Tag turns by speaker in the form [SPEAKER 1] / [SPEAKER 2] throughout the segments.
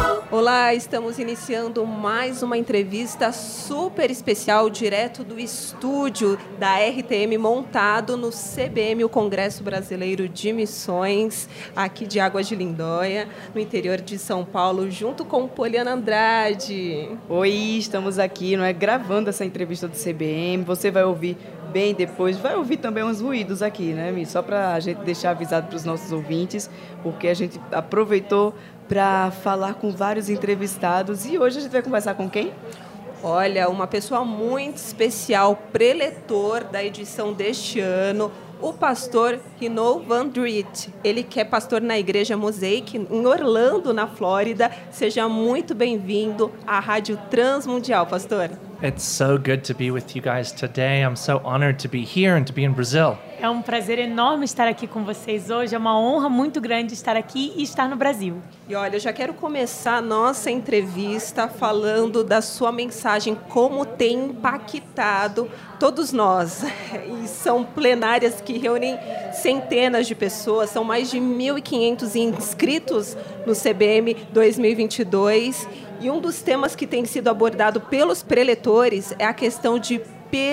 [SPEAKER 1] galera! Estamos iniciando mais uma entrevista super especial direto do estúdio da RTM montado no CBM, o Congresso Brasileiro de Missões, aqui de Águas de Lindóia, no interior de São Paulo, junto com Poliana Andrade.
[SPEAKER 2] Oi, estamos aqui, não é gravando essa entrevista do CBM. Você vai ouvir bem depois. Vai ouvir também uns ruídos aqui, né, Mi? Só para a gente deixar avisado para os nossos ouvintes, porque a gente aproveitou para falar com vários entrevistados. E hoje a gente vai conversar com quem?
[SPEAKER 1] Olha, uma pessoa muito especial, preletor da edição deste ano, o pastor Rino Van Driet. Ele que é pastor na Igreja Mosaic, em Orlando, na Flórida. Seja muito bem-vindo à Rádio Transmundial, pastor.
[SPEAKER 3] It's so good to be with you guys today. I'm so honored to be here and to be in Brazil.
[SPEAKER 4] É um prazer enorme estar aqui com vocês hoje. É uma honra muito grande estar aqui e estar no Brasil.
[SPEAKER 1] E olha, eu já quero começar a nossa entrevista falando da sua mensagem, como tem impactado todos nós. E são plenárias que reúnem centenas de pessoas, são mais de 1.500 inscritos no CBM 2022. E um dos temas que tem sido abordado pelos preletores é a questão de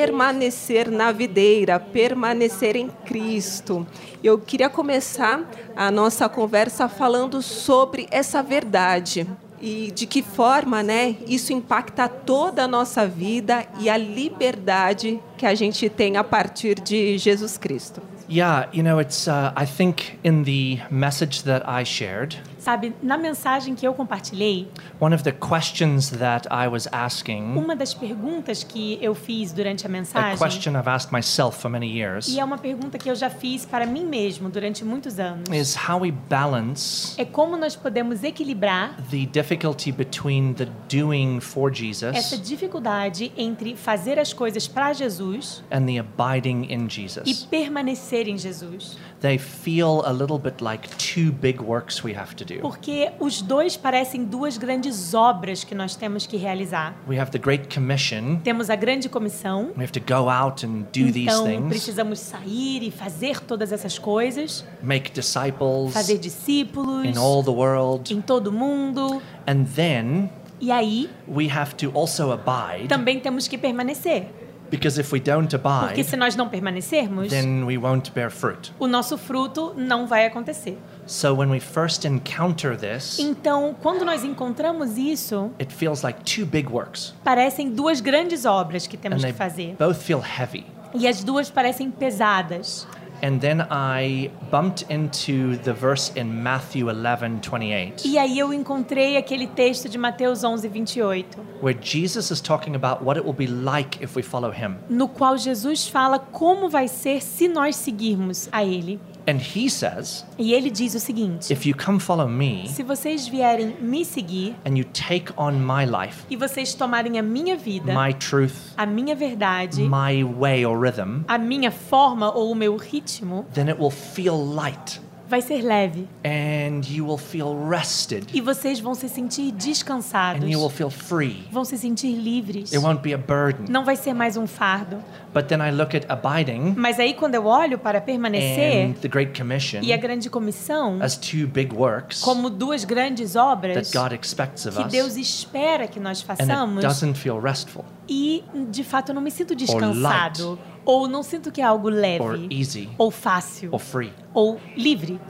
[SPEAKER 1] permanecer na videira, permanecer em Cristo. Eu queria começar a nossa conversa falando sobre essa verdade e de que forma, né, isso impacta toda a nossa vida e a liberdade que a gente tem a partir de Jesus Cristo.
[SPEAKER 3] Yeah, you know, it's uh, I think in the message that I shared,
[SPEAKER 4] Sabe, na mensagem que eu compartilhei,
[SPEAKER 3] one of the questions that I was asking,
[SPEAKER 4] uma das perguntas que eu fiz durante a
[SPEAKER 3] a
[SPEAKER 4] mensagem,
[SPEAKER 3] question I've asked myself for many
[SPEAKER 4] e
[SPEAKER 3] years,
[SPEAKER 4] é uma pergunta que eu já fiz para mim mesmo durante muitos anos,
[SPEAKER 3] is how we balance
[SPEAKER 4] é como nós podemos equilibrar
[SPEAKER 3] the difficulty between the doing for
[SPEAKER 4] essa
[SPEAKER 3] Jesus
[SPEAKER 4] dificuldade entre fazer as coisas para Jesus
[SPEAKER 3] and the abiding in
[SPEAKER 4] e
[SPEAKER 3] Jesus.
[SPEAKER 4] permanecer em Jesus.
[SPEAKER 3] They feel a little bit like two big works we have to do.
[SPEAKER 4] Porque os dois parecem duas grandes obras que nós temos que realizar.
[SPEAKER 3] We have the Great Commission.
[SPEAKER 4] Temos a grande comissão,
[SPEAKER 3] We have to go out and do these
[SPEAKER 4] então
[SPEAKER 3] things,
[SPEAKER 4] precisamos sair e fazer todas essas coisas,
[SPEAKER 3] make disciples
[SPEAKER 4] fazer discípulos
[SPEAKER 3] in all the world.
[SPEAKER 4] em todo mundo.
[SPEAKER 3] And then
[SPEAKER 4] E aí
[SPEAKER 3] we have to also abide,
[SPEAKER 4] também temos que permanecer,
[SPEAKER 3] because if we don't
[SPEAKER 4] porque
[SPEAKER 3] abide,
[SPEAKER 4] se nós não permanecermos,
[SPEAKER 3] then we won't bear fruit.
[SPEAKER 4] o nosso fruto não vai acontecer.
[SPEAKER 3] So when we first encounter this,
[SPEAKER 4] Então, quando nós encontramos isso,
[SPEAKER 3] it feels like two big works,
[SPEAKER 4] parecem duas grandes obras que
[SPEAKER 3] and
[SPEAKER 4] temos
[SPEAKER 3] they
[SPEAKER 4] que fazer,
[SPEAKER 3] both feel heavy.
[SPEAKER 4] e as duas parecem pesadas.
[SPEAKER 3] And then I bumped into the verse in Matthew 11, 28,
[SPEAKER 4] E aí eu encontrei aquele texto de Mateus 11, 28,
[SPEAKER 3] where Jesus is talking about what it will be like if we follow him.
[SPEAKER 4] no qual Jesus fala como vai ser se nós seguirmos a ele.
[SPEAKER 3] And he says,
[SPEAKER 4] E ele diz o seguinte:
[SPEAKER 3] If you come follow me
[SPEAKER 4] Se vocês vierem me seguir
[SPEAKER 3] and you take on my life,
[SPEAKER 4] e vocês tomarem a minha vida,
[SPEAKER 3] my truth,
[SPEAKER 4] a minha verdade,
[SPEAKER 3] my way or rhythm,
[SPEAKER 4] a minha forma ou o meu ritmo,
[SPEAKER 3] then it will feel light
[SPEAKER 4] vai ser leve
[SPEAKER 3] and you will feel rested
[SPEAKER 4] e vocês vão se sentir descansados,
[SPEAKER 3] and you will feel free.
[SPEAKER 4] vão se sentir livres.
[SPEAKER 3] It won't be a burden.
[SPEAKER 4] Não vai ser mais um fardo.
[SPEAKER 3] But then I look at abiding
[SPEAKER 4] Mas aí quando eu olho para permanecer
[SPEAKER 3] and the Great
[SPEAKER 4] e a
[SPEAKER 3] Commission
[SPEAKER 4] grande comissão
[SPEAKER 3] as two big works
[SPEAKER 4] como duas grandes
[SPEAKER 3] that
[SPEAKER 4] obras
[SPEAKER 3] God expects of
[SPEAKER 4] que
[SPEAKER 3] us,
[SPEAKER 4] Deus espera que nós
[SPEAKER 3] and it
[SPEAKER 4] façamos
[SPEAKER 3] doesn't feel restful
[SPEAKER 4] e de fato eu não me sinto descansado ou não sinto que é algo
[SPEAKER 3] or
[SPEAKER 4] leve
[SPEAKER 3] easy
[SPEAKER 4] ou fácil
[SPEAKER 3] or free.
[SPEAKER 4] ou livre.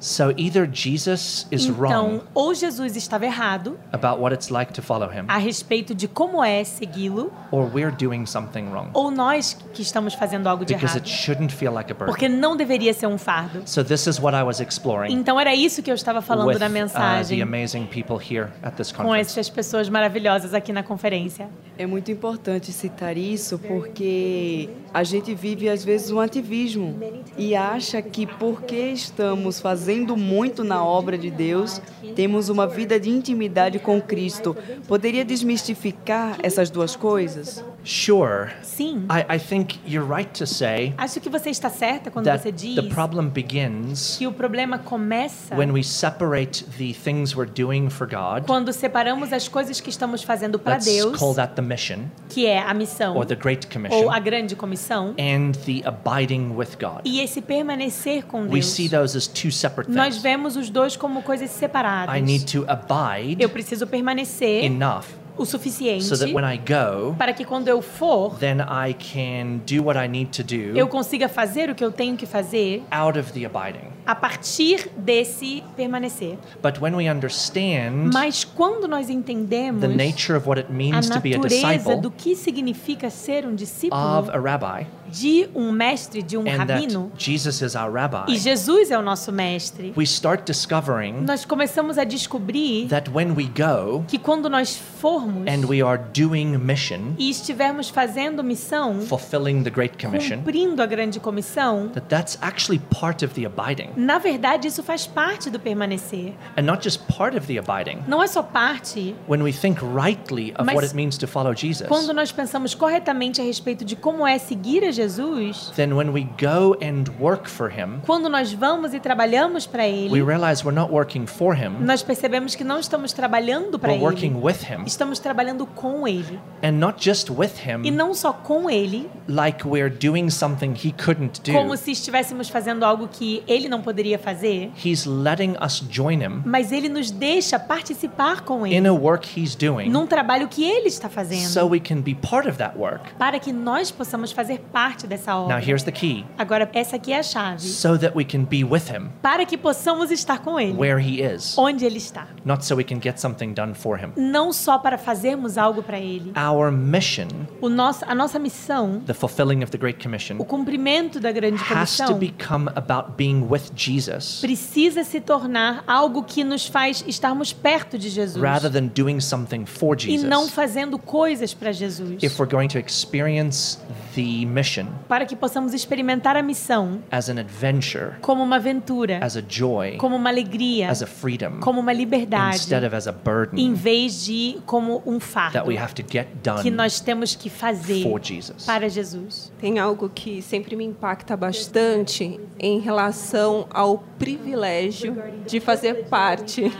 [SPEAKER 3] So either Jesus is wrong
[SPEAKER 4] Então, ou Jesus estava errado
[SPEAKER 3] about what it's like to follow him,
[SPEAKER 4] a respeito de como é segui-lo,
[SPEAKER 3] or we're doing something wrong
[SPEAKER 4] ou nós que estamos fazendo algo de
[SPEAKER 3] because
[SPEAKER 4] errado,
[SPEAKER 3] it shouldn't feel like a burden.
[SPEAKER 4] porque não deveria ser um fardo.
[SPEAKER 3] So this is what I was exploring
[SPEAKER 4] Então era isso que eu estava falando
[SPEAKER 3] with
[SPEAKER 4] na
[SPEAKER 3] uh, the
[SPEAKER 4] mensagem
[SPEAKER 3] amazing people here at this
[SPEAKER 4] com
[SPEAKER 3] conference.
[SPEAKER 4] essas pessoas maravilhosas aqui na conferência.
[SPEAKER 2] É muito importante citar isso porque a gente vive às vezes um ativismo e acha que porque estamos fazendo muito na obra de Deus, temos uma vida de intimidade com Cristo. Poderia desmistificar essas duas coisas?
[SPEAKER 3] Sure.
[SPEAKER 4] Sim.
[SPEAKER 3] I, I think you're right to say
[SPEAKER 4] Acho que você está certa quando
[SPEAKER 3] that
[SPEAKER 4] você diz
[SPEAKER 3] the problem begins
[SPEAKER 4] que o problema começa
[SPEAKER 3] when we separate the things we're doing for God.
[SPEAKER 4] quando separamos as coisas que estamos fazendo para
[SPEAKER 3] Let's
[SPEAKER 4] Deus,
[SPEAKER 3] call that the mission
[SPEAKER 4] que é a missão
[SPEAKER 3] or the Great Commission
[SPEAKER 4] ou a grande comissão,
[SPEAKER 3] and the abiding with God.
[SPEAKER 4] e esse permanecer com
[SPEAKER 3] We
[SPEAKER 4] Deus.
[SPEAKER 3] see those as two separate
[SPEAKER 4] Nós
[SPEAKER 3] things.
[SPEAKER 4] vemos os dois como coisas separadas.
[SPEAKER 3] I need to abide
[SPEAKER 4] Eu preciso permanecer
[SPEAKER 3] enough
[SPEAKER 4] o suficiente
[SPEAKER 3] so that when I go,
[SPEAKER 4] para que quando eu for,
[SPEAKER 3] then I can do what I need to
[SPEAKER 4] eu
[SPEAKER 3] do
[SPEAKER 4] consiga fazer o que eu tenho que fazer
[SPEAKER 3] out of the abiding.
[SPEAKER 4] a partir desse permanecer.
[SPEAKER 3] But when we understand
[SPEAKER 4] Mas quando nós entendemos
[SPEAKER 3] the nature of what it
[SPEAKER 4] a
[SPEAKER 3] means to be a
[SPEAKER 4] natureza do
[SPEAKER 3] disciple
[SPEAKER 4] que significa ser um
[SPEAKER 3] of
[SPEAKER 4] discípulo
[SPEAKER 3] a rabbi,
[SPEAKER 4] de um mestre, de um
[SPEAKER 3] and
[SPEAKER 4] rabino,
[SPEAKER 3] that Jesus is our rabbi,
[SPEAKER 4] e Jesus é o nosso mestre,
[SPEAKER 3] we start discovering
[SPEAKER 4] nós começamos a descobrir
[SPEAKER 3] that when we go
[SPEAKER 4] que quando nós formos
[SPEAKER 3] and we are doing mission,
[SPEAKER 4] e estivermos fazendo missão,
[SPEAKER 3] fulfilling the Great Commission,
[SPEAKER 4] cumprindo a grande comissão,
[SPEAKER 3] that that's actually part of the abiding.
[SPEAKER 4] na verdade isso faz parte do permanecer.
[SPEAKER 3] And not just part of the abiding.
[SPEAKER 4] Não é só parte.
[SPEAKER 3] When we think rightly of
[SPEAKER 4] Mas
[SPEAKER 3] what it means to follow Jesus,
[SPEAKER 4] Quando nós pensamos corretamente a respeito de como é seguir a Jesus,
[SPEAKER 3] then when we go and work for him,
[SPEAKER 4] quando nós vamos e trabalhamos para
[SPEAKER 3] we
[SPEAKER 4] Ele,
[SPEAKER 3] realize we're not working for him,
[SPEAKER 4] nós percebemos que não estamos trabalhando para
[SPEAKER 3] we're
[SPEAKER 4] Ele,
[SPEAKER 3] working with him.
[SPEAKER 4] estamos trabalhando com Ele.
[SPEAKER 3] And not just with
[SPEAKER 4] E
[SPEAKER 3] him,
[SPEAKER 4] não só com Ele,
[SPEAKER 3] like we're doing something he couldn't
[SPEAKER 4] como
[SPEAKER 3] do.
[SPEAKER 4] se estivéssemos fazendo algo que Ele não poderia fazer,
[SPEAKER 3] He's letting us join him
[SPEAKER 4] mas Ele nos deixa participar com
[SPEAKER 3] in
[SPEAKER 4] Ele,
[SPEAKER 3] a work he's doing
[SPEAKER 4] num trabalho que Ele está
[SPEAKER 3] so
[SPEAKER 4] fazendo,
[SPEAKER 3] we can be part of that work.
[SPEAKER 4] para que nós possamos fazer parte dessa
[SPEAKER 3] Now,
[SPEAKER 4] obra.
[SPEAKER 3] here's the key
[SPEAKER 4] Agora, essa aqui é a chave.
[SPEAKER 3] so that we can be with him
[SPEAKER 4] Para que possamos estar com Ele,
[SPEAKER 3] where he is,
[SPEAKER 4] onde Ele está.
[SPEAKER 3] not so we can get something done for him.
[SPEAKER 4] não só para fazermos algo para Ele.
[SPEAKER 3] Our mission,
[SPEAKER 4] O nosso, a nossa missão,
[SPEAKER 3] the fulfilling of the Great
[SPEAKER 4] o
[SPEAKER 3] Commission,
[SPEAKER 4] cumprimento da grande
[SPEAKER 3] has to
[SPEAKER 4] comissão,
[SPEAKER 3] become about being with Jesus
[SPEAKER 4] precisa se tornar algo que nos faz estarmos perto de Jesus
[SPEAKER 3] rather than doing something for
[SPEAKER 4] e não
[SPEAKER 3] Jesus.
[SPEAKER 4] fazendo coisas para Jesus,
[SPEAKER 3] If we're going to experience the mission
[SPEAKER 4] para que possamos experimentar a missão
[SPEAKER 3] as an adventure,
[SPEAKER 4] como uma aventura,
[SPEAKER 3] as a joy,
[SPEAKER 4] como uma alegria,
[SPEAKER 3] as a freedom,
[SPEAKER 4] como uma liberdade,
[SPEAKER 3] instead of as a
[SPEAKER 4] em
[SPEAKER 3] burden
[SPEAKER 4] vez de como um fardo
[SPEAKER 3] that we have to get
[SPEAKER 4] que
[SPEAKER 3] done
[SPEAKER 4] nós temos que fazer
[SPEAKER 3] for Jesus.
[SPEAKER 4] para Jesus.
[SPEAKER 1] Tem algo que sempre me impacta bastante em relação ao privilégio de fazer parte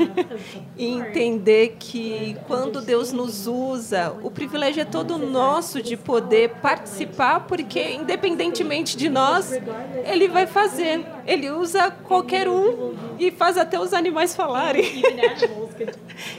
[SPEAKER 1] e entender que quando Deus nos usa, o privilégio é todo nosso de poder participar, porque independentemente de nós, Ele vai fazer. Ele usa qualquer um e faz até os animais falarem.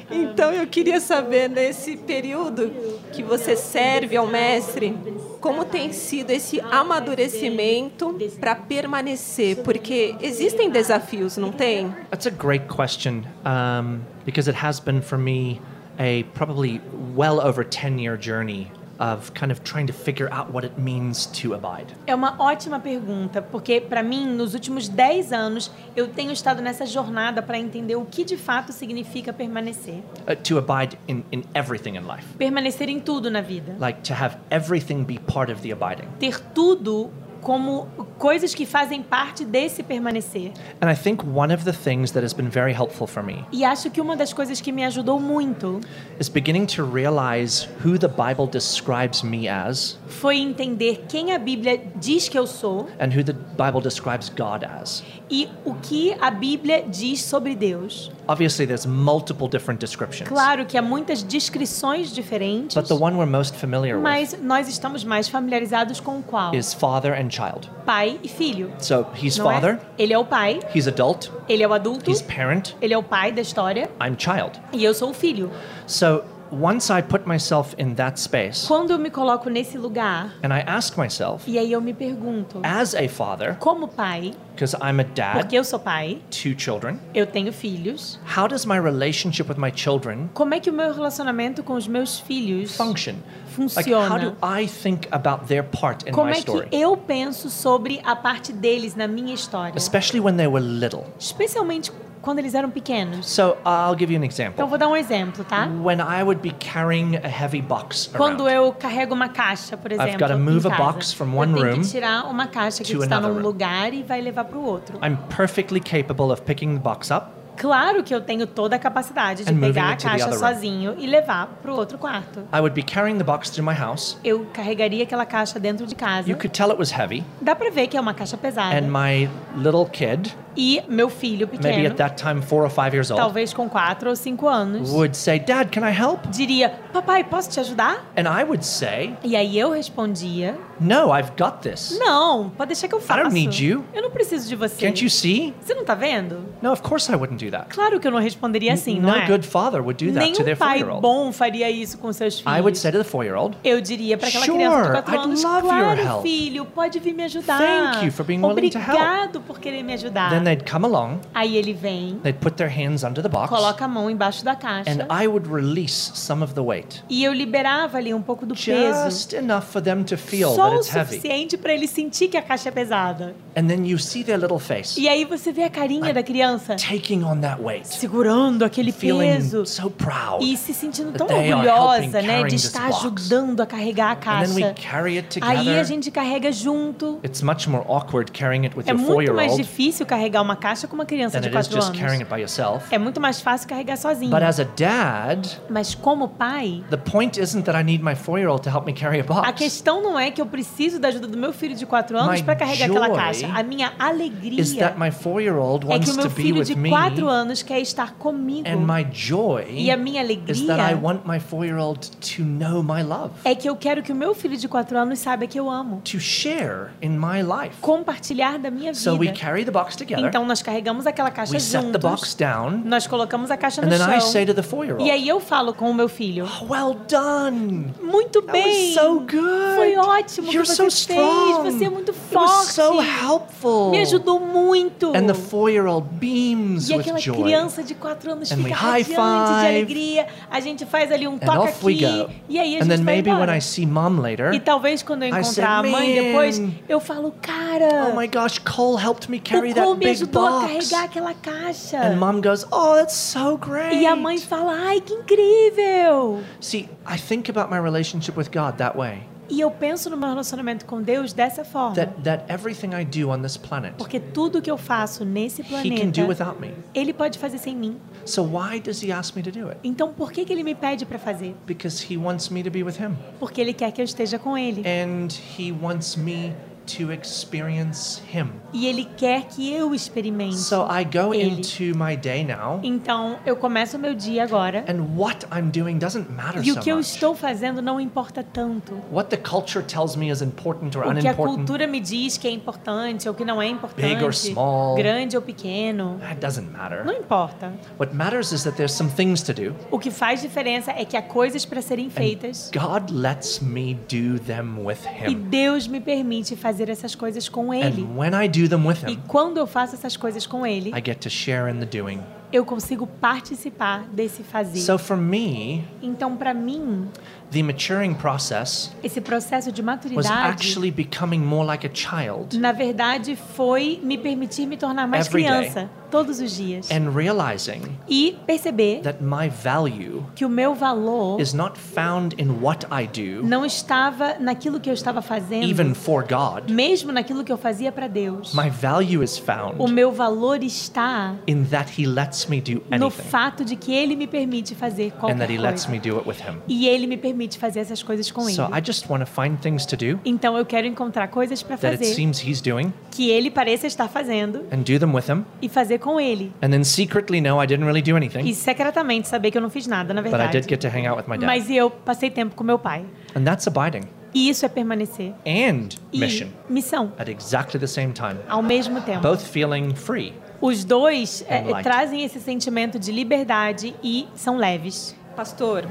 [SPEAKER 1] Então eu queria saber nesse período que você serve ao mestre, como tem sido esse amadurecimento para permanecer, porque existem desafios, não tem?
[SPEAKER 3] That's a great question um, because it has been for me a probably well over 10 year journey of kind of trying to figure out what it means to abide.
[SPEAKER 4] É uma ótima pergunta, porque para mim, nos últimos 10 anos, eu tenho estado nessa jornada para entender o que de fato significa permanecer.
[SPEAKER 3] Uh, to abide in, in everything in life.
[SPEAKER 4] Permanecer em tudo na vida.
[SPEAKER 3] Like to have everything be part of the abiding.
[SPEAKER 4] Ter tudo como coisas que fazem parte desse permanecer.
[SPEAKER 3] And I think one of the things that has been very helpful for me
[SPEAKER 4] E acho que uma das coisas que me ajudou muito
[SPEAKER 3] is beginning to realize who the Bible describes me as
[SPEAKER 4] foi entender quem a Bíblia diz que eu sou
[SPEAKER 3] and who the Bible describes God as.
[SPEAKER 4] e o que a Bíblia diz sobre Deus.
[SPEAKER 3] Obviously, there's multiple different descriptions.
[SPEAKER 4] Claro que há muitas descrições diferentes,
[SPEAKER 3] But the one we're most familiar with
[SPEAKER 4] mas nós estamos mais familiarizados com qual?
[SPEAKER 3] is father and child.
[SPEAKER 4] pai e filho.
[SPEAKER 3] So he's
[SPEAKER 4] Não é?
[SPEAKER 3] father,
[SPEAKER 4] Ele é o pai,
[SPEAKER 3] he's adult,
[SPEAKER 4] ele é o adulto,
[SPEAKER 3] he's parent,
[SPEAKER 4] ele é o pai da história
[SPEAKER 3] I'm child.
[SPEAKER 4] e eu sou o filho.
[SPEAKER 3] So once I put myself in that space
[SPEAKER 4] Quando eu me coloco nesse lugar,
[SPEAKER 3] and I ask myself,
[SPEAKER 4] e aí eu me pergunto,
[SPEAKER 3] as a father,
[SPEAKER 4] como pai,
[SPEAKER 3] because I'm a dad,
[SPEAKER 4] porque eu sou pai,
[SPEAKER 3] two children,
[SPEAKER 4] eu tenho filhos,
[SPEAKER 3] how does my relationship with my children
[SPEAKER 4] como é que o meu relacionamento com os meus filhos
[SPEAKER 3] function? Like, how do
[SPEAKER 4] funciona?
[SPEAKER 3] I think about their part in
[SPEAKER 4] Como
[SPEAKER 3] my
[SPEAKER 4] é que
[SPEAKER 3] story?
[SPEAKER 4] eu penso sobre a parte deles na minha história?
[SPEAKER 3] Especially when they were little.
[SPEAKER 4] Especialmente quando eles eram pequenos.
[SPEAKER 3] So I'll give you an
[SPEAKER 4] Então eu
[SPEAKER 3] example.
[SPEAKER 4] vou dar um exemplo, tá?
[SPEAKER 3] When I would be carrying a heavy box
[SPEAKER 4] Quando
[SPEAKER 3] around,
[SPEAKER 4] eu carrego uma caixa, por exemplo,
[SPEAKER 3] gotta move
[SPEAKER 4] em
[SPEAKER 3] a
[SPEAKER 4] casa,
[SPEAKER 3] box from one
[SPEAKER 4] eu tenho
[SPEAKER 3] room
[SPEAKER 4] que tirar uma caixa que
[SPEAKER 3] to
[SPEAKER 4] está
[SPEAKER 3] another
[SPEAKER 4] num
[SPEAKER 3] room.
[SPEAKER 4] lugar e vai levar para o outro.
[SPEAKER 3] I'm perfectly capable of picking the box up
[SPEAKER 4] Claro que eu tenho toda a capacidade de
[SPEAKER 3] And moving
[SPEAKER 4] pegar a
[SPEAKER 3] it to the
[SPEAKER 4] caixa
[SPEAKER 3] other room.
[SPEAKER 4] sozinho e levar pro outro quarto.
[SPEAKER 3] I would be carrying the box through my house.
[SPEAKER 4] Eu carregaria aquela caixa dentro de casa.
[SPEAKER 3] You could tell it was heavy,
[SPEAKER 4] Dá pra ver que é uma caixa pesada.
[SPEAKER 3] and my little kid,
[SPEAKER 4] E meu filho
[SPEAKER 3] maybe
[SPEAKER 4] pequeno,
[SPEAKER 3] at that time four or five years old,
[SPEAKER 4] talvez com 4 ou 5 anos,
[SPEAKER 3] would say, "Dad, can I help?"
[SPEAKER 4] diria: Papai, posso te ajudar?
[SPEAKER 3] And I would say,
[SPEAKER 4] E aí eu respondia:
[SPEAKER 3] "No, I've got this.
[SPEAKER 4] Não, pode deixar que eu faço.
[SPEAKER 3] need you.
[SPEAKER 4] Eu não preciso de você.
[SPEAKER 3] Can't you see?"
[SPEAKER 4] Você não tá vendo?
[SPEAKER 3] No, of course I wouldn't do that.
[SPEAKER 4] Claro que eu não responderia assim, não
[SPEAKER 3] no
[SPEAKER 4] é?
[SPEAKER 3] good father would do that to
[SPEAKER 4] Nenhum
[SPEAKER 3] their
[SPEAKER 4] pai
[SPEAKER 3] four-year-old.
[SPEAKER 4] bom faria isso com seus filhos.
[SPEAKER 3] I would say to the four-year-old,
[SPEAKER 4] Eu diria para aquela
[SPEAKER 3] Sure,
[SPEAKER 4] criança de 4
[SPEAKER 3] I'd
[SPEAKER 4] anos,
[SPEAKER 3] love your
[SPEAKER 4] claro,
[SPEAKER 3] help.
[SPEAKER 4] filho, pode vir me ajudar.
[SPEAKER 3] Thank you for being willing to help."
[SPEAKER 4] Obrigado por querer me ajudar.
[SPEAKER 3] then they'd come along,
[SPEAKER 4] Aí ele vem,
[SPEAKER 3] they'd put their hands under the box,
[SPEAKER 4] coloca a mão embaixo da caixa
[SPEAKER 3] and I would release some of the weight,
[SPEAKER 4] e eu liberava ali um pouco do peso.
[SPEAKER 3] just enough for them to feel
[SPEAKER 4] Só
[SPEAKER 3] that
[SPEAKER 4] o
[SPEAKER 3] it's heavy.
[SPEAKER 4] suficiente para ele sentir que a caixa é pesada.
[SPEAKER 3] And then you see their little face
[SPEAKER 4] E aí você vê a carinha da criança
[SPEAKER 3] taking on that weight,
[SPEAKER 4] segurando aquele peso
[SPEAKER 3] feeling so proud.
[SPEAKER 4] e se sentindo
[SPEAKER 3] that
[SPEAKER 4] tão
[SPEAKER 3] they are
[SPEAKER 4] orgulhosa,
[SPEAKER 3] helping
[SPEAKER 4] né,
[SPEAKER 3] carrying
[SPEAKER 4] de
[SPEAKER 3] this
[SPEAKER 4] estar
[SPEAKER 3] box.
[SPEAKER 4] ajudando a carregar a
[SPEAKER 3] And then we
[SPEAKER 4] caixa.
[SPEAKER 3] carry it
[SPEAKER 4] Aí a
[SPEAKER 3] together.
[SPEAKER 4] gente carrega junto.
[SPEAKER 3] It's much more awkward carrying it with
[SPEAKER 4] É
[SPEAKER 3] your
[SPEAKER 4] muito mais
[SPEAKER 3] four-year-old
[SPEAKER 4] difícil carregar uma caixa com uma criança
[SPEAKER 3] than
[SPEAKER 4] de
[SPEAKER 3] it is
[SPEAKER 4] 4
[SPEAKER 3] just carrying
[SPEAKER 4] anos.
[SPEAKER 3] it by yourself.
[SPEAKER 4] É muito mais fácil carregar sozinho.
[SPEAKER 3] But as a dad,
[SPEAKER 4] Mas como pai,
[SPEAKER 3] the point isn't that I need my four-year-old to help me carry a
[SPEAKER 4] a
[SPEAKER 3] box.
[SPEAKER 4] questão não é que eu preciso da ajuda do meu filho de 4 anos
[SPEAKER 3] My
[SPEAKER 4] para carregar aquela
[SPEAKER 3] joy
[SPEAKER 4] caixa. A minha
[SPEAKER 3] Is
[SPEAKER 4] alegria
[SPEAKER 3] that my four-year-old
[SPEAKER 4] é que
[SPEAKER 3] wants
[SPEAKER 4] o
[SPEAKER 3] to
[SPEAKER 4] meu
[SPEAKER 3] be
[SPEAKER 4] filho
[SPEAKER 3] with
[SPEAKER 4] de
[SPEAKER 3] me,
[SPEAKER 4] 4 anos quer estar comigo.
[SPEAKER 3] and my joy
[SPEAKER 4] E a minha
[SPEAKER 3] is that I
[SPEAKER 4] alegria
[SPEAKER 3] want my four-year-old to know my love,
[SPEAKER 4] é que eu quero que o meu filho de 4 anos saiba que eu amo.
[SPEAKER 3] to share in my life.
[SPEAKER 4] Compartilhar da minha
[SPEAKER 3] So we
[SPEAKER 4] vida.
[SPEAKER 3] carry the box together,
[SPEAKER 4] Então nós carregamos aquela caixa
[SPEAKER 3] we set the box
[SPEAKER 4] juntos.
[SPEAKER 3] down,
[SPEAKER 4] Nós colocamos a caixa no
[SPEAKER 3] and then I say to
[SPEAKER 4] chão.
[SPEAKER 3] the four-year-old, "Oh,
[SPEAKER 4] E aí eu falo com o meu filho.
[SPEAKER 3] "Well done."
[SPEAKER 4] Muito
[SPEAKER 3] That was
[SPEAKER 4] bem.
[SPEAKER 3] so good.
[SPEAKER 4] Foi ótimo
[SPEAKER 3] You're
[SPEAKER 4] que você
[SPEAKER 3] so strong.
[SPEAKER 4] fez. Você é muito
[SPEAKER 3] It was
[SPEAKER 4] forte.
[SPEAKER 3] so helpful.
[SPEAKER 4] Me ajudou muito.
[SPEAKER 3] And the four-year-old beams
[SPEAKER 4] e
[SPEAKER 3] with
[SPEAKER 4] aquela
[SPEAKER 3] joy.
[SPEAKER 4] criança de 4 anos
[SPEAKER 3] And we
[SPEAKER 4] fica
[SPEAKER 3] high
[SPEAKER 4] radiante de
[SPEAKER 3] five.
[SPEAKER 4] alegria. A gente faz ali um
[SPEAKER 3] and
[SPEAKER 4] toque
[SPEAKER 3] off we
[SPEAKER 4] aqui.
[SPEAKER 3] go.
[SPEAKER 4] E aí a
[SPEAKER 3] and
[SPEAKER 4] gente
[SPEAKER 3] then
[SPEAKER 4] vai
[SPEAKER 3] maybe when
[SPEAKER 4] embora.
[SPEAKER 3] I see mom later,
[SPEAKER 4] E talvez quando eu
[SPEAKER 3] I
[SPEAKER 4] encontrar
[SPEAKER 3] said,
[SPEAKER 4] a mãe
[SPEAKER 3] "Man,
[SPEAKER 4] depois, eu falo, cara,
[SPEAKER 3] oh my gosh, Cole helped me carry
[SPEAKER 4] o Cole
[SPEAKER 3] that
[SPEAKER 4] me
[SPEAKER 3] big
[SPEAKER 4] ajudou a
[SPEAKER 3] box.
[SPEAKER 4] carregar aquela caixa.
[SPEAKER 3] And mom goes, oh, that's so great.
[SPEAKER 4] E a mãe fala, ai, que incrível.
[SPEAKER 3] See, I think about my relationship with God that way.
[SPEAKER 4] E eu penso no meu relacionamento com Deus dessa forma.
[SPEAKER 3] That that everything I do on this planet,
[SPEAKER 4] Porque tudo que eu faço nesse
[SPEAKER 3] He can do
[SPEAKER 4] planeta,
[SPEAKER 3] without me.
[SPEAKER 4] ele pode fazer sem mim.
[SPEAKER 3] So why does He ask me to do it?
[SPEAKER 4] Então por que, que ele me pede pra fazer?
[SPEAKER 3] Because He wants me to be with Him,
[SPEAKER 4] Porque ele quer que eu esteja com ele.
[SPEAKER 3] and He wants me to experience Him.
[SPEAKER 4] E ele quer que eu experimente.
[SPEAKER 3] So I go
[SPEAKER 4] Ele.
[SPEAKER 3] into my day now,
[SPEAKER 4] Então eu começo o meu dia agora.
[SPEAKER 3] and what I'm doing doesn't matter
[SPEAKER 4] E
[SPEAKER 3] so
[SPEAKER 4] o que eu
[SPEAKER 3] much.
[SPEAKER 4] estou fazendo não importa tanto.
[SPEAKER 3] What the culture tells me is important or
[SPEAKER 4] O que a
[SPEAKER 3] unimportant,
[SPEAKER 4] Oh, cultura me diz que é importante ou que não é importante.
[SPEAKER 3] Big or small.
[SPEAKER 4] Grande ou pequeno.
[SPEAKER 3] that doesn't matter.
[SPEAKER 4] Não importa.
[SPEAKER 3] What matters is that there's some things to do.
[SPEAKER 4] O que faz diferença é que há coisas para serem feitas
[SPEAKER 3] God lets me do them with
[SPEAKER 4] e
[SPEAKER 3] Him.
[SPEAKER 4] Deus me permite fazer essas coisas com Ele.
[SPEAKER 3] And when I do them with
[SPEAKER 4] E
[SPEAKER 3] Him,
[SPEAKER 4] quando eu faço essas coisas com Ele,
[SPEAKER 3] I get to share in the doing.
[SPEAKER 4] eu consigo participar desse fazer.
[SPEAKER 3] So for me,
[SPEAKER 4] então, para mim,
[SPEAKER 3] the maturing process
[SPEAKER 4] esse processo de
[SPEAKER 3] was
[SPEAKER 4] maturidade,
[SPEAKER 3] actually becoming more like a child
[SPEAKER 4] na verdade, foi me permitir me tornar mais
[SPEAKER 3] Every day.
[SPEAKER 4] criança todos os dias
[SPEAKER 3] and realizing
[SPEAKER 4] e perceber
[SPEAKER 3] that my value
[SPEAKER 4] que o meu valor
[SPEAKER 3] is not found in what I do,
[SPEAKER 4] não estava naquilo que eu estava fazendo,
[SPEAKER 3] even for God.
[SPEAKER 4] mesmo naquilo que eu fazia para Deus.
[SPEAKER 3] My value is
[SPEAKER 4] o
[SPEAKER 3] found
[SPEAKER 4] meu valor está
[SPEAKER 3] in that He lets me do
[SPEAKER 4] no
[SPEAKER 3] anything.
[SPEAKER 4] fato de que ele me permite fazer
[SPEAKER 3] and that
[SPEAKER 4] qualquer
[SPEAKER 3] he lets
[SPEAKER 4] coisa.
[SPEAKER 3] me do it with him.
[SPEAKER 4] E ele me permite fazer essas coisas com
[SPEAKER 3] So I
[SPEAKER 4] ele.
[SPEAKER 3] just want to find things to do
[SPEAKER 4] Então eu quero encontrar coisas para
[SPEAKER 3] that it
[SPEAKER 4] fazer
[SPEAKER 3] seems he's doing
[SPEAKER 4] que ele pareça estar fazendo
[SPEAKER 3] and do them with him
[SPEAKER 4] e fazer com ele.
[SPEAKER 3] and then secretly know I didn't really do
[SPEAKER 4] E
[SPEAKER 3] anything,
[SPEAKER 4] secretamente saber que eu não fiz nada, na
[SPEAKER 3] but I did
[SPEAKER 4] verdade.
[SPEAKER 3] get to hang out with my dad.
[SPEAKER 4] Mas eu passei tempo com meu pai.
[SPEAKER 3] And that's abiding
[SPEAKER 4] E isso é permanecer.
[SPEAKER 3] and
[SPEAKER 4] E
[SPEAKER 3] mission
[SPEAKER 4] missão,
[SPEAKER 3] at exactly the same time,
[SPEAKER 4] ao mesmo tempo.
[SPEAKER 3] both feeling free.
[SPEAKER 4] Os dois é,
[SPEAKER 3] And light.
[SPEAKER 4] trazem esse sentimento de liberdade e são leves.
[SPEAKER 1] Pastor,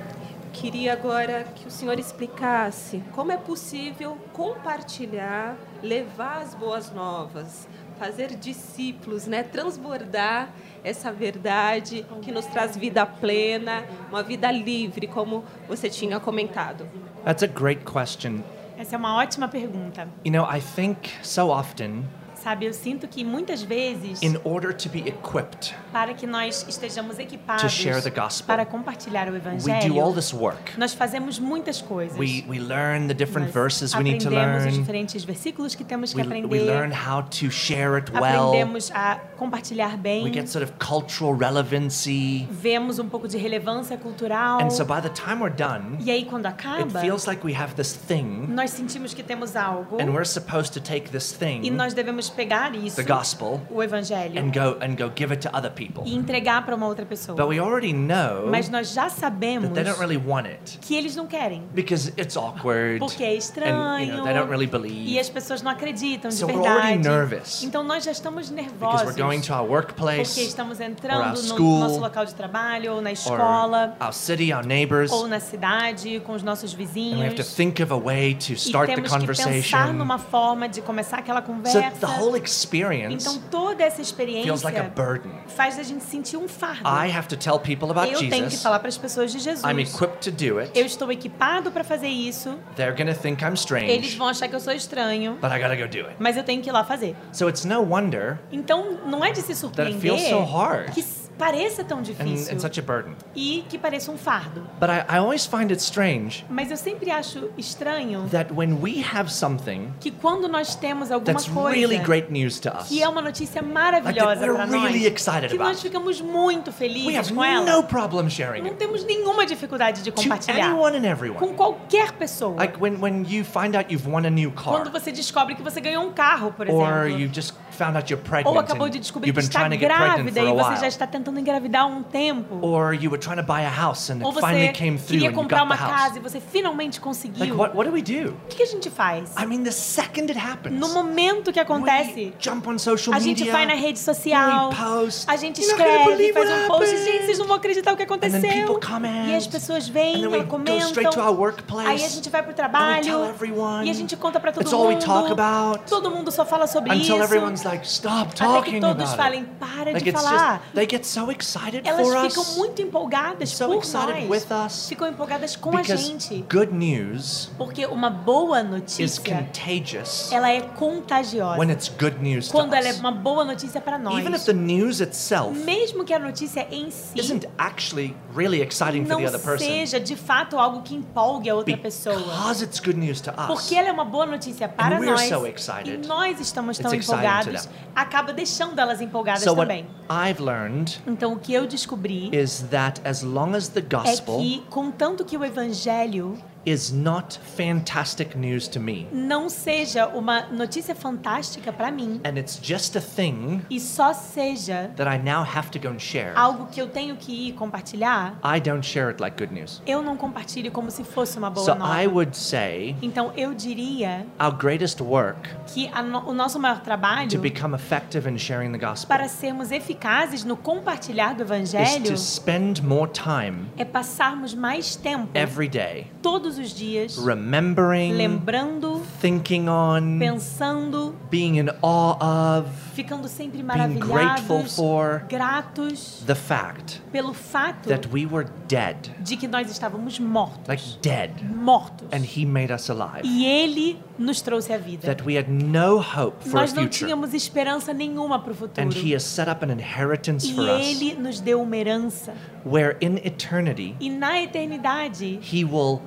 [SPEAKER 1] queria agora que o senhor explicasse como é possível compartilhar, levar as boas novas, fazer discípulos, né, transbordar essa verdade que nos traz vida plena, uma vida livre, como você tinha comentado.
[SPEAKER 3] That's a great question.
[SPEAKER 4] Essa é uma ótima pergunta.
[SPEAKER 3] You know, I think so often
[SPEAKER 4] Sabe, eu sinto que muitas vezes,
[SPEAKER 3] in order to be equipped
[SPEAKER 4] para que nós estejamos equipados
[SPEAKER 3] to share the gospel.
[SPEAKER 4] para compartilhar o
[SPEAKER 3] we do all
[SPEAKER 4] Evangelho,
[SPEAKER 3] this work
[SPEAKER 4] nós fazemos muitas coisas.
[SPEAKER 3] we we learn the different
[SPEAKER 4] Nós
[SPEAKER 3] verses we need to
[SPEAKER 4] aprendemos os
[SPEAKER 3] learn
[SPEAKER 4] diferentes versículos que temos que
[SPEAKER 3] we,
[SPEAKER 4] aprender.
[SPEAKER 3] we learn how to share it well
[SPEAKER 4] aprendemos a compartilhar bem.
[SPEAKER 3] we get sort of cultural relevancy
[SPEAKER 4] Vemos um pouco de relevância cultural.
[SPEAKER 3] and so by the time we're done
[SPEAKER 4] e aí, quando
[SPEAKER 3] it
[SPEAKER 4] acaba,
[SPEAKER 3] feels like we have this thing
[SPEAKER 4] nós sentimos que temos algo
[SPEAKER 3] and we're supposed to take this
[SPEAKER 4] e
[SPEAKER 3] thing
[SPEAKER 4] nós devemos pegar isso,
[SPEAKER 3] the gospel
[SPEAKER 4] o evangelho,
[SPEAKER 3] and go and go give it to other people
[SPEAKER 4] e entregar para uma outra pessoa.
[SPEAKER 3] but we already know
[SPEAKER 4] Mas nós já
[SPEAKER 3] that
[SPEAKER 4] sabemos
[SPEAKER 3] they don't really want it
[SPEAKER 4] que eles não querem.
[SPEAKER 3] because it's awkward
[SPEAKER 4] Porque é
[SPEAKER 3] and you know, they don't
[SPEAKER 4] estranho.
[SPEAKER 3] really
[SPEAKER 4] E as
[SPEAKER 3] believe
[SPEAKER 4] pessoas não acreditam de
[SPEAKER 3] So we're already
[SPEAKER 4] verdade.
[SPEAKER 3] nervous.
[SPEAKER 4] Então nós já estamos
[SPEAKER 3] because
[SPEAKER 4] nervosos.
[SPEAKER 3] we're going to our
[SPEAKER 4] Porque
[SPEAKER 3] workplace
[SPEAKER 4] estamos
[SPEAKER 3] or our
[SPEAKER 4] entrando
[SPEAKER 3] school,
[SPEAKER 4] no nosso local de trabalho, ou na
[SPEAKER 3] or
[SPEAKER 4] escola,
[SPEAKER 3] our city, our neighbors,
[SPEAKER 4] ou na cidade, com os nossos
[SPEAKER 3] and we have to
[SPEAKER 4] vizinhos.
[SPEAKER 3] think of a way to start the
[SPEAKER 4] e temos que pensar
[SPEAKER 3] conversation.
[SPEAKER 4] numa forma de começar aquela
[SPEAKER 3] So
[SPEAKER 4] conversa.
[SPEAKER 3] the whole
[SPEAKER 4] então
[SPEAKER 3] experience
[SPEAKER 4] toda essa
[SPEAKER 3] feels
[SPEAKER 4] experiência
[SPEAKER 3] like a burden.
[SPEAKER 4] faz a gente sentir um fardo.
[SPEAKER 3] I have to tell people é about
[SPEAKER 4] eu tenho que
[SPEAKER 3] Jesus.
[SPEAKER 4] falar para as pessoas de Jesus.
[SPEAKER 3] I'm equipped to do
[SPEAKER 4] Eu
[SPEAKER 3] it.
[SPEAKER 4] estou equipado para fazer isso.
[SPEAKER 3] They're going to think I'm
[SPEAKER 4] Eles
[SPEAKER 3] strange,
[SPEAKER 4] vão achar que eu sou estranho,
[SPEAKER 3] but I got to go do it.
[SPEAKER 4] mas eu tenho que ir lá fazer.
[SPEAKER 3] So it's no wonder
[SPEAKER 4] Então não é de se
[SPEAKER 3] that it feels
[SPEAKER 4] surpreender
[SPEAKER 3] so hard
[SPEAKER 4] que s- pareça tão
[SPEAKER 3] and,
[SPEAKER 4] difícil
[SPEAKER 3] and such a burden.
[SPEAKER 4] e que pareça um fardo.
[SPEAKER 3] But I, I always find it strange
[SPEAKER 4] Mas eu sempre acho estranho
[SPEAKER 3] that when we have something
[SPEAKER 4] que quando nós temos alguma
[SPEAKER 3] that's
[SPEAKER 4] coisa
[SPEAKER 3] really great news to us,
[SPEAKER 4] que é uma notícia maravilhosa
[SPEAKER 3] we're
[SPEAKER 4] para
[SPEAKER 3] really
[SPEAKER 4] nós,
[SPEAKER 3] excited
[SPEAKER 4] que
[SPEAKER 3] about
[SPEAKER 4] nós
[SPEAKER 3] it.
[SPEAKER 4] ficamos muito
[SPEAKER 3] we
[SPEAKER 4] felizes
[SPEAKER 3] have
[SPEAKER 4] com ela,
[SPEAKER 3] no problem sharing
[SPEAKER 4] não
[SPEAKER 3] it
[SPEAKER 4] temos nenhuma dificuldade de
[SPEAKER 3] to
[SPEAKER 4] compartilhar
[SPEAKER 3] anyone and
[SPEAKER 4] com
[SPEAKER 3] everyone.
[SPEAKER 4] qualquer pessoa.
[SPEAKER 3] Like when, when you find out you've won a new car,
[SPEAKER 4] Quando você descobre que você ganhou um carro, por
[SPEAKER 3] or
[SPEAKER 4] exemplo.
[SPEAKER 3] you just found out you're
[SPEAKER 4] Ou
[SPEAKER 3] pregnant,
[SPEAKER 4] acabou de
[SPEAKER 3] and
[SPEAKER 4] descobrir
[SPEAKER 3] you've been
[SPEAKER 4] que está
[SPEAKER 3] trying to get pregnant
[SPEAKER 4] grávida
[SPEAKER 3] for
[SPEAKER 4] e
[SPEAKER 3] a
[SPEAKER 4] você já
[SPEAKER 3] while,
[SPEAKER 4] está tentando engravidar há um tempo.
[SPEAKER 3] or you were trying to buy a house and
[SPEAKER 4] Ou
[SPEAKER 3] it finally
[SPEAKER 4] você
[SPEAKER 3] came through
[SPEAKER 4] queria
[SPEAKER 3] and you
[SPEAKER 4] comprar
[SPEAKER 3] got the
[SPEAKER 4] uma
[SPEAKER 3] house.
[SPEAKER 4] casa e você finalmente
[SPEAKER 3] Like
[SPEAKER 4] conseguiu.
[SPEAKER 3] what? What do we do?
[SPEAKER 4] O que que a gente faz?
[SPEAKER 3] I mean, the second it happens,
[SPEAKER 4] No momento que
[SPEAKER 3] we
[SPEAKER 4] acontece,
[SPEAKER 3] jump on social
[SPEAKER 4] a
[SPEAKER 3] media,
[SPEAKER 4] gente vai na rede social,
[SPEAKER 3] we post,
[SPEAKER 4] a gente
[SPEAKER 3] "You're not gonna
[SPEAKER 4] escreve,
[SPEAKER 3] believe
[SPEAKER 4] faz
[SPEAKER 3] what
[SPEAKER 4] um post,
[SPEAKER 3] happened."
[SPEAKER 4] gente, vocês não vão acreditar o que
[SPEAKER 3] and then people
[SPEAKER 4] aconteceu.
[SPEAKER 3] comment,
[SPEAKER 4] E as pessoas
[SPEAKER 3] and
[SPEAKER 4] vêm,
[SPEAKER 3] then we
[SPEAKER 4] ela
[SPEAKER 3] go straight to our
[SPEAKER 4] comentam.
[SPEAKER 3] workplace,
[SPEAKER 4] Aí a gente vai pro
[SPEAKER 3] and we
[SPEAKER 4] trabalho
[SPEAKER 3] tell everyone,
[SPEAKER 4] e a gente conta pra todo
[SPEAKER 3] It's all we
[SPEAKER 4] mundo.
[SPEAKER 3] talk about.
[SPEAKER 4] Todo mundo só fala sobre
[SPEAKER 3] until everyone's
[SPEAKER 4] isso.
[SPEAKER 3] like, stop
[SPEAKER 4] Até que
[SPEAKER 3] talking
[SPEAKER 4] todos
[SPEAKER 3] about
[SPEAKER 4] falem,
[SPEAKER 3] it.
[SPEAKER 4] para
[SPEAKER 3] Like
[SPEAKER 4] de
[SPEAKER 3] it's
[SPEAKER 4] falar.
[SPEAKER 3] just, they get so excited
[SPEAKER 4] "Ah." Elas
[SPEAKER 3] for
[SPEAKER 4] ficam
[SPEAKER 3] us
[SPEAKER 4] muito empolgadas
[SPEAKER 3] so
[SPEAKER 4] por
[SPEAKER 3] excited
[SPEAKER 4] nós.
[SPEAKER 3] with us
[SPEAKER 4] ficam empolgadas com a
[SPEAKER 3] because
[SPEAKER 4] gente.
[SPEAKER 3] good news
[SPEAKER 4] Porque uma boa
[SPEAKER 3] is
[SPEAKER 4] notícia,
[SPEAKER 3] contagious
[SPEAKER 4] ela é contagiosa.
[SPEAKER 3] when it's good news to
[SPEAKER 4] quando ela é
[SPEAKER 3] us.
[SPEAKER 4] uma boa notícia para nós.
[SPEAKER 3] Even if the news itself
[SPEAKER 4] mesmo que a notícia em si
[SPEAKER 3] isn't actually really exciting for
[SPEAKER 4] não
[SPEAKER 3] the other person,
[SPEAKER 4] seja de fato algo que empolgue a outra pessoa.
[SPEAKER 3] because it's good news to us,
[SPEAKER 4] Porque ela é uma boa notícia para
[SPEAKER 3] we're
[SPEAKER 4] nós.
[SPEAKER 3] so excited.
[SPEAKER 4] E nós estamos
[SPEAKER 3] It's
[SPEAKER 4] tão
[SPEAKER 3] exciting to
[SPEAKER 4] empolgados,
[SPEAKER 3] them.
[SPEAKER 4] acaba deixando elas empolgadas
[SPEAKER 3] so what
[SPEAKER 4] também.
[SPEAKER 3] I've learned
[SPEAKER 4] Então o que eu descobri
[SPEAKER 3] is that as long as the
[SPEAKER 4] é
[SPEAKER 3] gospel
[SPEAKER 4] que, contanto que o evangelho
[SPEAKER 3] is not fantastic news to me,
[SPEAKER 4] não seja uma notícia fantástica para mim
[SPEAKER 3] and it's just a thing
[SPEAKER 4] e só seja
[SPEAKER 3] that I now have to go and share,
[SPEAKER 4] algo que eu tenho que ir compartilhar,
[SPEAKER 3] I don't share it like good news.
[SPEAKER 4] eu não compartilho como se fosse uma boa
[SPEAKER 3] So
[SPEAKER 4] nova.
[SPEAKER 3] I would say
[SPEAKER 4] Então eu diria
[SPEAKER 3] our greatest work
[SPEAKER 4] que a no- o nosso maior
[SPEAKER 3] to
[SPEAKER 4] trabalho
[SPEAKER 3] become effective in sharing the gospel
[SPEAKER 4] para sermos eficazes no compartilhar do
[SPEAKER 3] is
[SPEAKER 4] evangelho
[SPEAKER 3] to spend more time
[SPEAKER 4] é passarmos mais tempo
[SPEAKER 3] every day
[SPEAKER 4] todos os dias
[SPEAKER 3] remembering,
[SPEAKER 4] lembrando,
[SPEAKER 3] thinking on,
[SPEAKER 4] pensando,
[SPEAKER 3] being in awe of
[SPEAKER 4] ficando sempre
[SPEAKER 3] Being grateful
[SPEAKER 4] maravilhados,
[SPEAKER 3] for-
[SPEAKER 4] gratos
[SPEAKER 3] the fact
[SPEAKER 4] pelo fato
[SPEAKER 3] that we were dead,
[SPEAKER 4] de que nós estávamos mortos,
[SPEAKER 3] like dead,
[SPEAKER 4] mortos.
[SPEAKER 3] and He made us alive.
[SPEAKER 4] E ele nos trouxe a vida.
[SPEAKER 3] That we had no hope for a
[SPEAKER 4] Nós não
[SPEAKER 3] future,
[SPEAKER 4] tínhamos esperança nenhuma para o futuro.
[SPEAKER 3] and He has set up an inheritance
[SPEAKER 4] E
[SPEAKER 3] for us
[SPEAKER 4] ele nos deu uma herança.
[SPEAKER 3] where in eternity
[SPEAKER 4] E na eternidade,
[SPEAKER 3] He will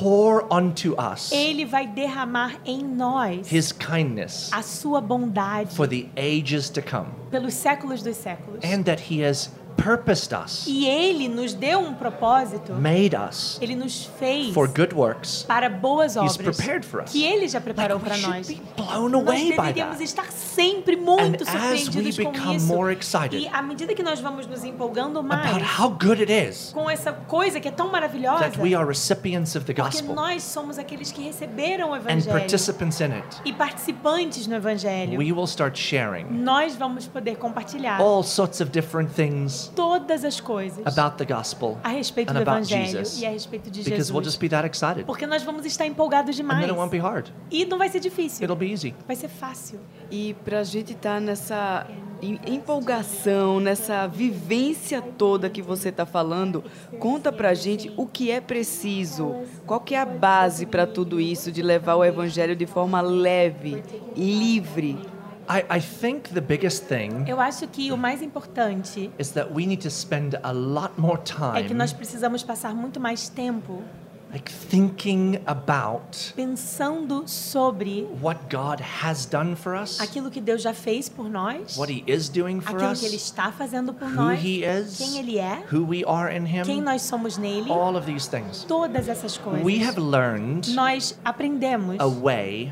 [SPEAKER 3] pour onto us
[SPEAKER 4] ele vai derramar em nós
[SPEAKER 3] His kindness
[SPEAKER 4] a sua bondade
[SPEAKER 3] for the ages to come,
[SPEAKER 4] pelos séculos dos séculos.
[SPEAKER 3] and that He has purposed us,
[SPEAKER 4] E ele nos deu um propósito.
[SPEAKER 3] made us
[SPEAKER 4] Ele nos fez
[SPEAKER 3] for good works.
[SPEAKER 4] para
[SPEAKER 3] He's
[SPEAKER 4] boas obras
[SPEAKER 3] prepared for us.
[SPEAKER 4] que ele já
[SPEAKER 3] Like
[SPEAKER 4] preparou
[SPEAKER 3] we
[SPEAKER 4] para
[SPEAKER 3] should
[SPEAKER 4] nós.
[SPEAKER 3] be blown
[SPEAKER 4] Nós
[SPEAKER 3] away by
[SPEAKER 4] deveríamos
[SPEAKER 3] that.
[SPEAKER 4] estar sempre muito
[SPEAKER 3] é And as
[SPEAKER 4] surpreendidos
[SPEAKER 3] we
[SPEAKER 4] com
[SPEAKER 3] become
[SPEAKER 4] isso.
[SPEAKER 3] more excited
[SPEAKER 4] E à medida que nós vamos nos empolgando
[SPEAKER 3] about
[SPEAKER 4] mais
[SPEAKER 3] how good it is
[SPEAKER 4] com essa coisa que é tão maravilhosa,
[SPEAKER 3] that we are recipients of the
[SPEAKER 4] porque
[SPEAKER 3] gospel
[SPEAKER 4] nós somos aqueles que receberam o
[SPEAKER 3] and
[SPEAKER 4] evangelho
[SPEAKER 3] participants in it.
[SPEAKER 4] e participantes no evangelho.
[SPEAKER 3] We will start sharing
[SPEAKER 4] Nós vamos poder compartilhar
[SPEAKER 3] all sorts of different things
[SPEAKER 4] todas as coisas
[SPEAKER 3] about the gospel
[SPEAKER 4] a respeito
[SPEAKER 3] and
[SPEAKER 4] do
[SPEAKER 3] about
[SPEAKER 4] evangelho
[SPEAKER 3] Jesus
[SPEAKER 4] e a respeito de
[SPEAKER 3] because we'll
[SPEAKER 4] Ah, Jesus.
[SPEAKER 3] just be that excited.
[SPEAKER 4] Porque nós vamos estar empolgados
[SPEAKER 3] And
[SPEAKER 4] demais.
[SPEAKER 3] then it won't be hard.
[SPEAKER 4] E não vai ser difícil.
[SPEAKER 3] It'll be easy.
[SPEAKER 4] Vai ser fácil.
[SPEAKER 2] E para a gente estar nessa em- empolgação, nessa vivência toda que você está falando, conta para a gente o que é preciso, qual que é a base para tudo isso de levar o evangelho de forma leve, livre,
[SPEAKER 3] I, I think the biggest thing
[SPEAKER 4] Eu acho que o mais importante
[SPEAKER 3] is that we need to spend a lot more
[SPEAKER 4] é
[SPEAKER 3] time
[SPEAKER 4] que nós precisamos passar muito mais tempo
[SPEAKER 3] like thinking about
[SPEAKER 4] pensando sobre
[SPEAKER 3] what God has done for us,
[SPEAKER 4] aquilo que Deus já fez por nós,
[SPEAKER 3] what He is doing for
[SPEAKER 4] aquilo que Ele
[SPEAKER 3] us,
[SPEAKER 4] está fazendo por
[SPEAKER 3] who
[SPEAKER 4] nós,
[SPEAKER 3] He is,
[SPEAKER 4] quem Ele é,
[SPEAKER 3] who we are in
[SPEAKER 4] quem
[SPEAKER 3] Him,
[SPEAKER 4] nós somos nele,
[SPEAKER 3] all of these things.
[SPEAKER 4] todas essas coisas.
[SPEAKER 3] We have learned
[SPEAKER 4] Nós aprendemos
[SPEAKER 3] a way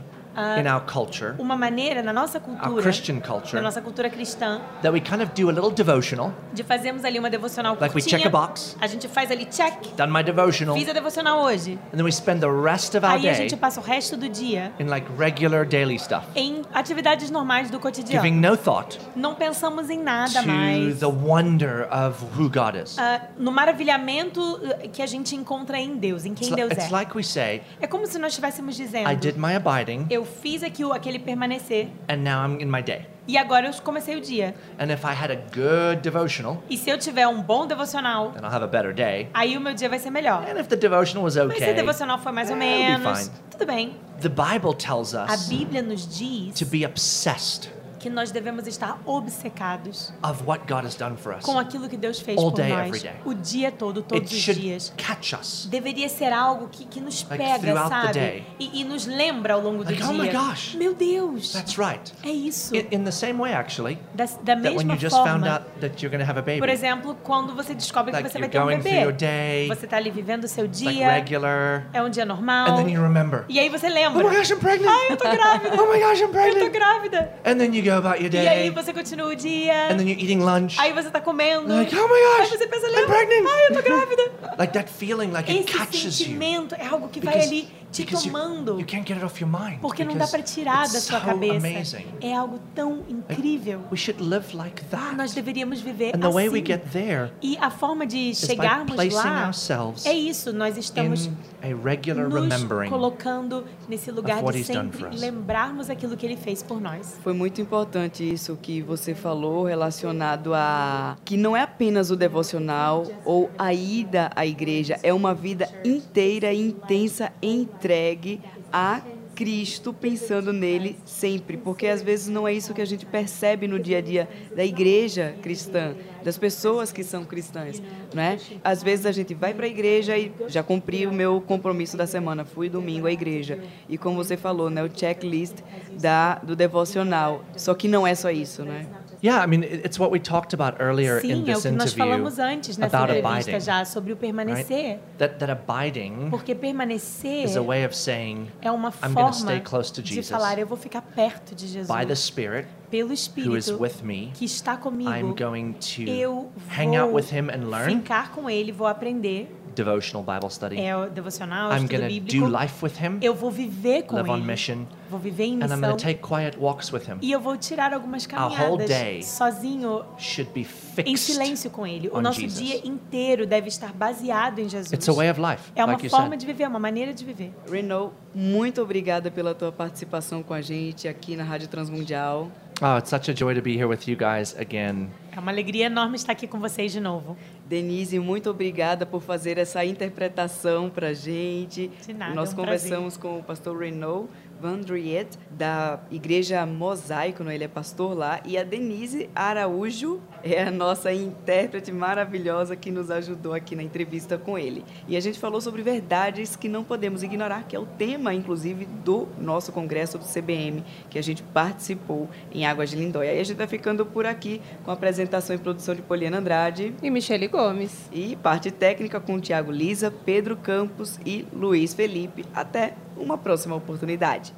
[SPEAKER 3] in our culture,
[SPEAKER 4] uma maneira na nossa
[SPEAKER 3] our
[SPEAKER 4] cultura,
[SPEAKER 3] Christian
[SPEAKER 4] na
[SPEAKER 3] culture,
[SPEAKER 4] nossa cultura cristã,
[SPEAKER 3] that we kind of do a little devotional.
[SPEAKER 4] de fazermos ali uma devocional
[SPEAKER 3] Like we
[SPEAKER 4] curtinha.
[SPEAKER 3] check a box.
[SPEAKER 4] A gente faz ali check,
[SPEAKER 3] Done my devotional,
[SPEAKER 4] fiz a devocional hoje.
[SPEAKER 3] and then we spend the rest of our
[SPEAKER 4] Aí a
[SPEAKER 3] day
[SPEAKER 4] gente passa o resto do dia
[SPEAKER 3] in like regular daily stuff,
[SPEAKER 4] em atividades normais do cotidiano.
[SPEAKER 3] giving no thought
[SPEAKER 4] Não pensamos em nada
[SPEAKER 3] to
[SPEAKER 4] mais.
[SPEAKER 3] the wonder of who God is.
[SPEAKER 4] ah, no maravilhamento ah, que a gente encontra em Deus, em quem
[SPEAKER 3] It's, li-
[SPEAKER 4] Deus
[SPEAKER 3] it's
[SPEAKER 4] é.
[SPEAKER 3] like we say,
[SPEAKER 4] É como se nós estivéssemos dizendo:
[SPEAKER 3] I did my abiding,
[SPEAKER 4] Eu fiz aqui o- aquele permanecer
[SPEAKER 3] and now I'm in my day.
[SPEAKER 4] e agora eu comecei o dia.
[SPEAKER 3] And if I had a good devotional,
[SPEAKER 4] E se eu tiver um bom devocional,
[SPEAKER 3] then I'll have a better day.
[SPEAKER 4] aí o meu dia vai ser melhor.
[SPEAKER 3] And if the devotional was
[SPEAKER 4] Mas se o
[SPEAKER 3] okay,
[SPEAKER 4] devocional foi mais ou
[SPEAKER 3] It'll be
[SPEAKER 4] menos,
[SPEAKER 3] fine.
[SPEAKER 4] tudo bem.
[SPEAKER 3] the Bible tells
[SPEAKER 4] A
[SPEAKER 3] us
[SPEAKER 4] Bíblia nos diz
[SPEAKER 3] to be obsessed
[SPEAKER 4] que nós devemos estar obcecados
[SPEAKER 3] of what God has done for us.
[SPEAKER 4] com aquilo que Deus fez
[SPEAKER 3] All
[SPEAKER 4] por
[SPEAKER 3] day, every
[SPEAKER 4] nós
[SPEAKER 3] day.
[SPEAKER 4] o dia todo, todos
[SPEAKER 3] It
[SPEAKER 4] os
[SPEAKER 3] should
[SPEAKER 4] dias.
[SPEAKER 3] catch us.
[SPEAKER 4] Deveria ser algo que, que nos
[SPEAKER 3] Like,
[SPEAKER 4] pega,
[SPEAKER 3] throughout the
[SPEAKER 4] sabe?
[SPEAKER 3] day.
[SPEAKER 4] E, e nos lembra ao longo do
[SPEAKER 3] Like,
[SPEAKER 4] dia.
[SPEAKER 3] oh my gosh.
[SPEAKER 4] Meu Deus!
[SPEAKER 3] That's right.
[SPEAKER 4] É isso.
[SPEAKER 3] In, in the same way, actually,
[SPEAKER 4] da, da
[SPEAKER 3] that when
[SPEAKER 4] mesma
[SPEAKER 3] you just found
[SPEAKER 4] forma.
[SPEAKER 3] out that you're going to have a baby,
[SPEAKER 4] Por exemplo, quando você descobre que
[SPEAKER 3] like
[SPEAKER 4] você vai
[SPEAKER 3] you're
[SPEAKER 4] ter um
[SPEAKER 3] going through your
[SPEAKER 4] bebê.
[SPEAKER 3] day,
[SPEAKER 4] Você tá ali vivendo o seu
[SPEAKER 3] it's like
[SPEAKER 4] dia.
[SPEAKER 3] regular,
[SPEAKER 4] É um dia
[SPEAKER 3] and
[SPEAKER 4] normal.
[SPEAKER 3] then you remember,
[SPEAKER 4] E aí você
[SPEAKER 3] oh
[SPEAKER 4] lembra.
[SPEAKER 3] my gosh, I'm pregnant.
[SPEAKER 4] Ai, eu tô grávida.
[SPEAKER 3] Oh my gosh, I'm
[SPEAKER 4] Eu tô
[SPEAKER 3] pregnant.
[SPEAKER 4] grávida.
[SPEAKER 3] And then you go about your
[SPEAKER 4] E
[SPEAKER 3] day,
[SPEAKER 4] aí você continua o dia.
[SPEAKER 3] and then you're eating lunch.
[SPEAKER 4] Aí você tá comendo.
[SPEAKER 3] Like, oh my
[SPEAKER 4] Aí
[SPEAKER 3] gosh,
[SPEAKER 4] você pensa,
[SPEAKER 3] I'm
[SPEAKER 4] lembra?
[SPEAKER 3] pregnant.
[SPEAKER 4] Ai, eu tô grávida.
[SPEAKER 3] Like that feeling, like it
[SPEAKER 4] Esse
[SPEAKER 3] catches you.
[SPEAKER 4] sentimento é algo que vai
[SPEAKER 3] Because-
[SPEAKER 4] ali te
[SPEAKER 3] because you-
[SPEAKER 4] tomando.
[SPEAKER 3] You, can't get it off your mind.
[SPEAKER 4] Porque não dá
[SPEAKER 3] because
[SPEAKER 4] pra tirar da
[SPEAKER 3] it's
[SPEAKER 4] sua
[SPEAKER 3] so
[SPEAKER 4] cabeça.
[SPEAKER 3] Amazing.
[SPEAKER 4] É algo tão incrível.
[SPEAKER 3] We should live like that.
[SPEAKER 4] Nós deveríamos viver
[SPEAKER 3] and the way we
[SPEAKER 4] assim.
[SPEAKER 3] get there
[SPEAKER 4] E a forma de
[SPEAKER 3] is by
[SPEAKER 4] chegarmos
[SPEAKER 3] placing
[SPEAKER 4] lá
[SPEAKER 3] ourselves
[SPEAKER 4] é isso. Nós estamos
[SPEAKER 3] in a regular
[SPEAKER 4] nos
[SPEAKER 3] remembering.
[SPEAKER 4] colocando nesse lugar
[SPEAKER 3] of what
[SPEAKER 4] de
[SPEAKER 3] he's done
[SPEAKER 4] sempre
[SPEAKER 3] for us.
[SPEAKER 4] lembrarmos aquilo que ele fez por nós.
[SPEAKER 2] Foi muito importante isso que você falou relacionado a que não é apenas o devocional ou a ida à igreja, é uma vida inteira e intensa entregue a Cristo, pensando nele sempre, porque às vezes não é isso que a gente percebe no dia a dia da igreja cristã, das pessoas que são cristãs, né? Às vezes a gente vai para a igreja e já cumpri o meu compromisso da semana, fui domingo à igreja. E como você falou, né, o checklist da do devocional. Só que não é só isso, né?
[SPEAKER 3] Yeah, I mean, it- it's what we talked about earlier in
[SPEAKER 4] Sim, é o
[SPEAKER 3] this
[SPEAKER 4] que nós
[SPEAKER 3] interview
[SPEAKER 4] falamos antes nessa
[SPEAKER 3] about
[SPEAKER 4] entrevista
[SPEAKER 3] abiding.
[SPEAKER 4] já sobre o permanecer.
[SPEAKER 3] That, that abiding
[SPEAKER 4] Porque permanecer
[SPEAKER 3] is a way of saying,
[SPEAKER 4] é uma
[SPEAKER 3] I'm gonna
[SPEAKER 4] forma
[SPEAKER 3] stay close to
[SPEAKER 4] de
[SPEAKER 3] Jesus.
[SPEAKER 4] falar eu vou ficar perto de Jesus
[SPEAKER 3] by the Spirit
[SPEAKER 4] pelo
[SPEAKER 3] who is
[SPEAKER 4] Espírito
[SPEAKER 3] with me,
[SPEAKER 4] que está
[SPEAKER 3] I'm
[SPEAKER 4] comigo.
[SPEAKER 3] going to
[SPEAKER 4] Eu
[SPEAKER 3] hang out
[SPEAKER 4] vou
[SPEAKER 3] with Him and learn
[SPEAKER 4] ficar com ele, vou aprender.
[SPEAKER 3] devotional Bible study.
[SPEAKER 4] É o devocional,
[SPEAKER 3] I'm
[SPEAKER 4] estudo
[SPEAKER 3] going to
[SPEAKER 4] bíblico.
[SPEAKER 3] do life with Him,
[SPEAKER 4] Eu vou viver com
[SPEAKER 3] live on
[SPEAKER 4] ele.
[SPEAKER 3] mission,
[SPEAKER 4] Vou viver em
[SPEAKER 3] and I'm
[SPEAKER 4] missão.
[SPEAKER 3] going to take quiet walks with Him.
[SPEAKER 4] E eu vou tirar algumas
[SPEAKER 3] whole
[SPEAKER 4] caminhadas
[SPEAKER 3] day
[SPEAKER 4] sozinho
[SPEAKER 3] Should be
[SPEAKER 4] em
[SPEAKER 3] fixed.
[SPEAKER 4] silêncio com ele. O
[SPEAKER 3] on
[SPEAKER 4] nosso
[SPEAKER 3] Jesus.
[SPEAKER 4] dia inteiro deve estar baseado em Jesus.
[SPEAKER 3] It's a way of life,
[SPEAKER 4] é uma
[SPEAKER 3] like you
[SPEAKER 4] forma
[SPEAKER 3] said.
[SPEAKER 4] de viver, é uma maneira de viver.
[SPEAKER 2] Renault, muito obrigada pela tua participação com a gente aqui na Rádio Transmundial.
[SPEAKER 3] Oh, it's such a joy to be here with you guys again.
[SPEAKER 4] É uma alegria enorme estar aqui com vocês de novo.
[SPEAKER 2] Denise, muito obrigada por fazer essa interpretação pra gente.
[SPEAKER 4] De nada,
[SPEAKER 2] Nós
[SPEAKER 4] é um
[SPEAKER 2] conversamos com o pastor Renault Vandriet, da Igreja Mosaico, né? ele é pastor lá, e a Denise Araújo é a nossa intérprete maravilhosa que nos ajudou aqui na entrevista com ele. E a gente falou sobre verdades que não podemos ignorar, que é o tema, inclusive, do nosso congresso do CBM, que a gente participou em Águas de Lindóia. E a gente vai ficando por aqui com a apresentação e produção de Poliana Andrade.
[SPEAKER 5] E Michele Gomes.
[SPEAKER 2] E parte técnica com Tiago Lisa, Pedro Campos e Luiz Felipe. Até uma próxima oportunidade.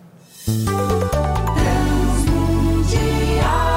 [SPEAKER 6] Transmundial.